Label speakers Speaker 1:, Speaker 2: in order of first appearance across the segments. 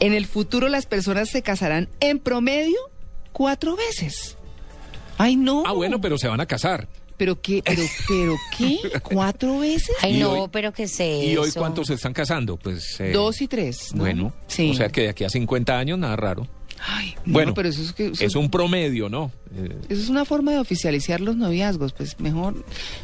Speaker 1: En el futuro las personas se casarán en promedio cuatro veces. Ay, no.
Speaker 2: Ah, bueno, pero se van a casar.
Speaker 1: ¿Pero qué? ¿Pero, pero qué? ¿Cuatro veces?
Speaker 2: ¿Y
Speaker 3: Ay, no,
Speaker 2: hoy?
Speaker 3: pero que sé.
Speaker 2: ¿Y hoy cuántos se están casando? Pues. eh,
Speaker 1: Dos y tres. ¿no?
Speaker 2: Bueno,
Speaker 1: Sí.
Speaker 2: o sea que de aquí a 50 años nada raro.
Speaker 1: Ay,
Speaker 2: Bueno,
Speaker 1: bueno, pero eso es, que, eso-
Speaker 2: Es un promedio, ¿no? Eh,
Speaker 1: eso es una forma de oficializar los noviazgos. Pues mejor,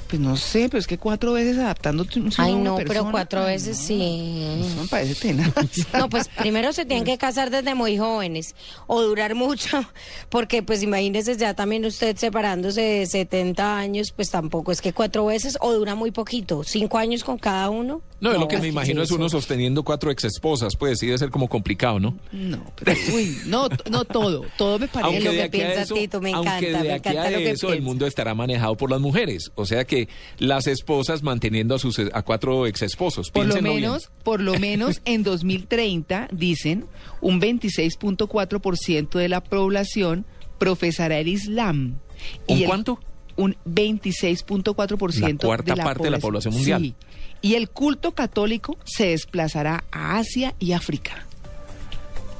Speaker 1: pues no sé, pero es que cuatro veces adaptándote. un-
Speaker 3: Ay,
Speaker 1: a una
Speaker 3: no, pero
Speaker 1: persona.
Speaker 3: cuatro
Speaker 1: Ay,
Speaker 3: veces
Speaker 1: no.
Speaker 3: sí.
Speaker 1: Eso me parece tenaz.
Speaker 3: No, pues primero se tienen que casar desde muy jóvenes o durar mucho, porque pues imagínese ya también usted separándose de 70 años, pues tampoco es que cuatro veces o dura muy poquito, cinco años con cada uno.
Speaker 2: No, es lo que
Speaker 3: pues
Speaker 2: me imagino es
Speaker 3: eso.
Speaker 2: uno sosteniendo cuatro exesposas, pues sí debe ser como complicado, ¿no?
Speaker 1: No, pero uy, no, t- no todo, todo me parece.
Speaker 3: Aunque- lo que
Speaker 2: de aquí a
Speaker 3: piensa
Speaker 2: eso-
Speaker 3: Tito, me
Speaker 2: aunque
Speaker 3: encanta,
Speaker 2: de
Speaker 3: me
Speaker 2: aquí
Speaker 3: encanta
Speaker 2: a
Speaker 3: lo que
Speaker 2: eso el
Speaker 3: piensa.
Speaker 2: mundo estará manejado por las mujeres, o sea que las esposas manteniendo a sus a cuatro exesposos.
Speaker 1: Por lo
Speaker 2: piénsenlo bien.
Speaker 1: menos, por lo menos en 2030 dicen un 26.4% de la población profesará el Islam.
Speaker 2: ¿Un
Speaker 1: el-
Speaker 2: cuánto?
Speaker 1: Un 26.4%
Speaker 2: La cuarta
Speaker 1: de la
Speaker 2: parte de la población mundial.
Speaker 1: Sí. Y el culto católico se desplazará a Asia y África.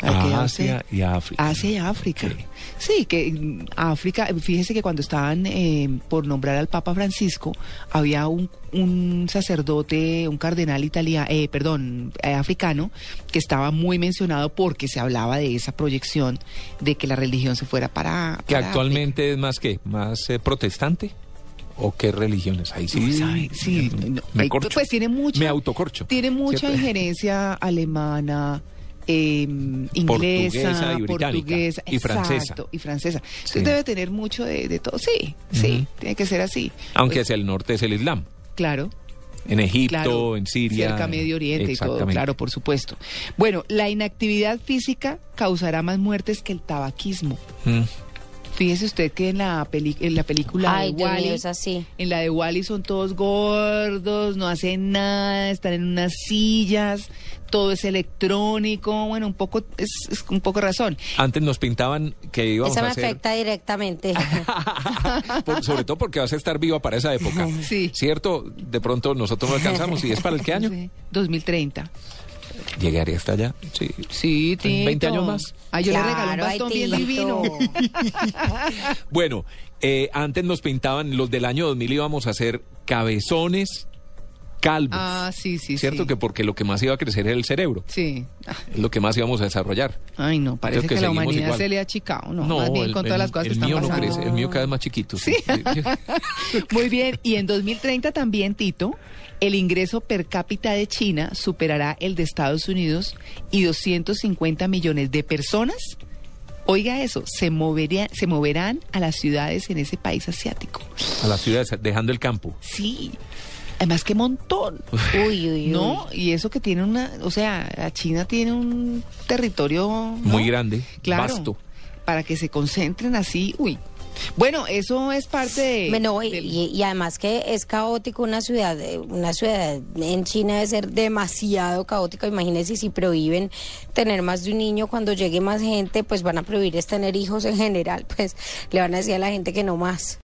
Speaker 1: Para que ya usted-
Speaker 2: Asia y África.
Speaker 1: Asia y África. Sí, que mm, África, fíjese que cuando estaban eh, por nombrar al Papa Francisco, había un, un sacerdote, un cardenal italiano, perdón, eh, africano, que estaba muy mencionado porque se hablaba de esa proyección de que la religión se fuera para...
Speaker 2: Que
Speaker 1: para
Speaker 2: actualmente es más que más eh, protestante o qué religiones ahí sí.
Speaker 1: África. Ay, sí, no,
Speaker 2: me
Speaker 1: eh,
Speaker 2: corcho.
Speaker 1: pues tiene mucha...
Speaker 2: Me autocorcho.
Speaker 1: Tiene mucha
Speaker 2: ¿cierto?
Speaker 1: injerencia alemana, eh, inglesa,
Speaker 2: Portuguesa y británica,
Speaker 1: portuguesa,
Speaker 2: y francesa.
Speaker 1: exacto, y francesa. Entonces
Speaker 2: Sí.
Speaker 1: debe tener mucho de, de todo. Sí, sí,
Speaker 2: Ujú.
Speaker 1: tiene que ser así.
Speaker 2: Aunque
Speaker 1: Pues,
Speaker 2: hacia el norte es el Islam.
Speaker 1: Claro.
Speaker 2: En Egipto,
Speaker 1: Claro,
Speaker 2: en Siria.
Speaker 1: cerca a Medio Oriente y todo,
Speaker 2: exactamente.
Speaker 1: claro, por supuesto. Bueno, la inactividad física causará más muertes que el tabaquismo.
Speaker 2: Mm.
Speaker 1: Fíjese usted que en la, peli- en la película
Speaker 3: Ay,
Speaker 1: de
Speaker 3: Dios
Speaker 1: Wall-E,
Speaker 3: mío, es así.
Speaker 1: en la de Wally son todos gordos, no hacen nada, están en unas sillas, todo es electrónico, bueno, un poco es, es un poco razón.
Speaker 2: Antes nos pintaban que íbamos
Speaker 3: Esa me
Speaker 2: a hacer...
Speaker 3: afecta directamente.
Speaker 2: Por- sobre todo porque vas a estar viva para esa época.
Speaker 1: Sí.
Speaker 2: ¿Cierto? De pronto nosotros no alcanzamos. ¿Y es para el qué año?
Speaker 1: Sí, 2030.
Speaker 2: Llegaría hasta allá. Sí.
Speaker 1: Sí,
Speaker 2: ¿En
Speaker 1: Tito.
Speaker 2: 20 años más?
Speaker 1: Ah, yo le
Speaker 3: Claro,
Speaker 1: regalé un
Speaker 3: ay,
Speaker 1: bastón bien
Speaker 3: Tito.
Speaker 1: divino.
Speaker 2: Bueno, eh, antes nos pintaban los del año 2000 íbamos a hacer cabezones calvos.
Speaker 1: Ah, sí, sí,
Speaker 2: ¿Cierto?
Speaker 1: sí.
Speaker 2: Que porque lo que más iba a crecer era el cerebro.
Speaker 1: Sí. Ah,
Speaker 2: Es lo que más íbamos a desarrollar.
Speaker 1: Ay, no, parece
Speaker 2: Creo
Speaker 1: que, la
Speaker 2: que seguimos
Speaker 1: humanidad
Speaker 2: igual.
Speaker 1: se le ha achicado, ¿no? más bien
Speaker 2: el-
Speaker 1: con todas
Speaker 2: el-
Speaker 1: las cosas que
Speaker 2: el
Speaker 1: están
Speaker 2: mío no
Speaker 1: pasando.
Speaker 2: crece, el mío cada vez más chiquito. Sí.
Speaker 1: Muy bien, y en 2030 también, Tito, el ingreso per cápita de China superará el de Estados Unidos y 250 millones de personas, oiga eso, se, movería- se moverán a las ciudades en ese país asiático.
Speaker 2: a las ciudades, dejando el campo.
Speaker 1: Sí, además qué montón.
Speaker 3: Uy, uy, uy.
Speaker 1: No, y eso que tiene una, o sea, la China tiene un territorio ¿no?
Speaker 2: Muy grande,
Speaker 1: claro,
Speaker 2: vasto.
Speaker 1: para que se concentren así, uy. Bueno, eso es parte de,
Speaker 3: Bueno, y,
Speaker 1: del-
Speaker 3: y- y además que es caótico una ciudad, eh, una ciudad en China debe ser demasiado caótica. Imagínense si prohíben tener más de un niño cuando llegue más gente, pues van a prohibir es tener hijos en general, pues le van a decir a la gente que no más.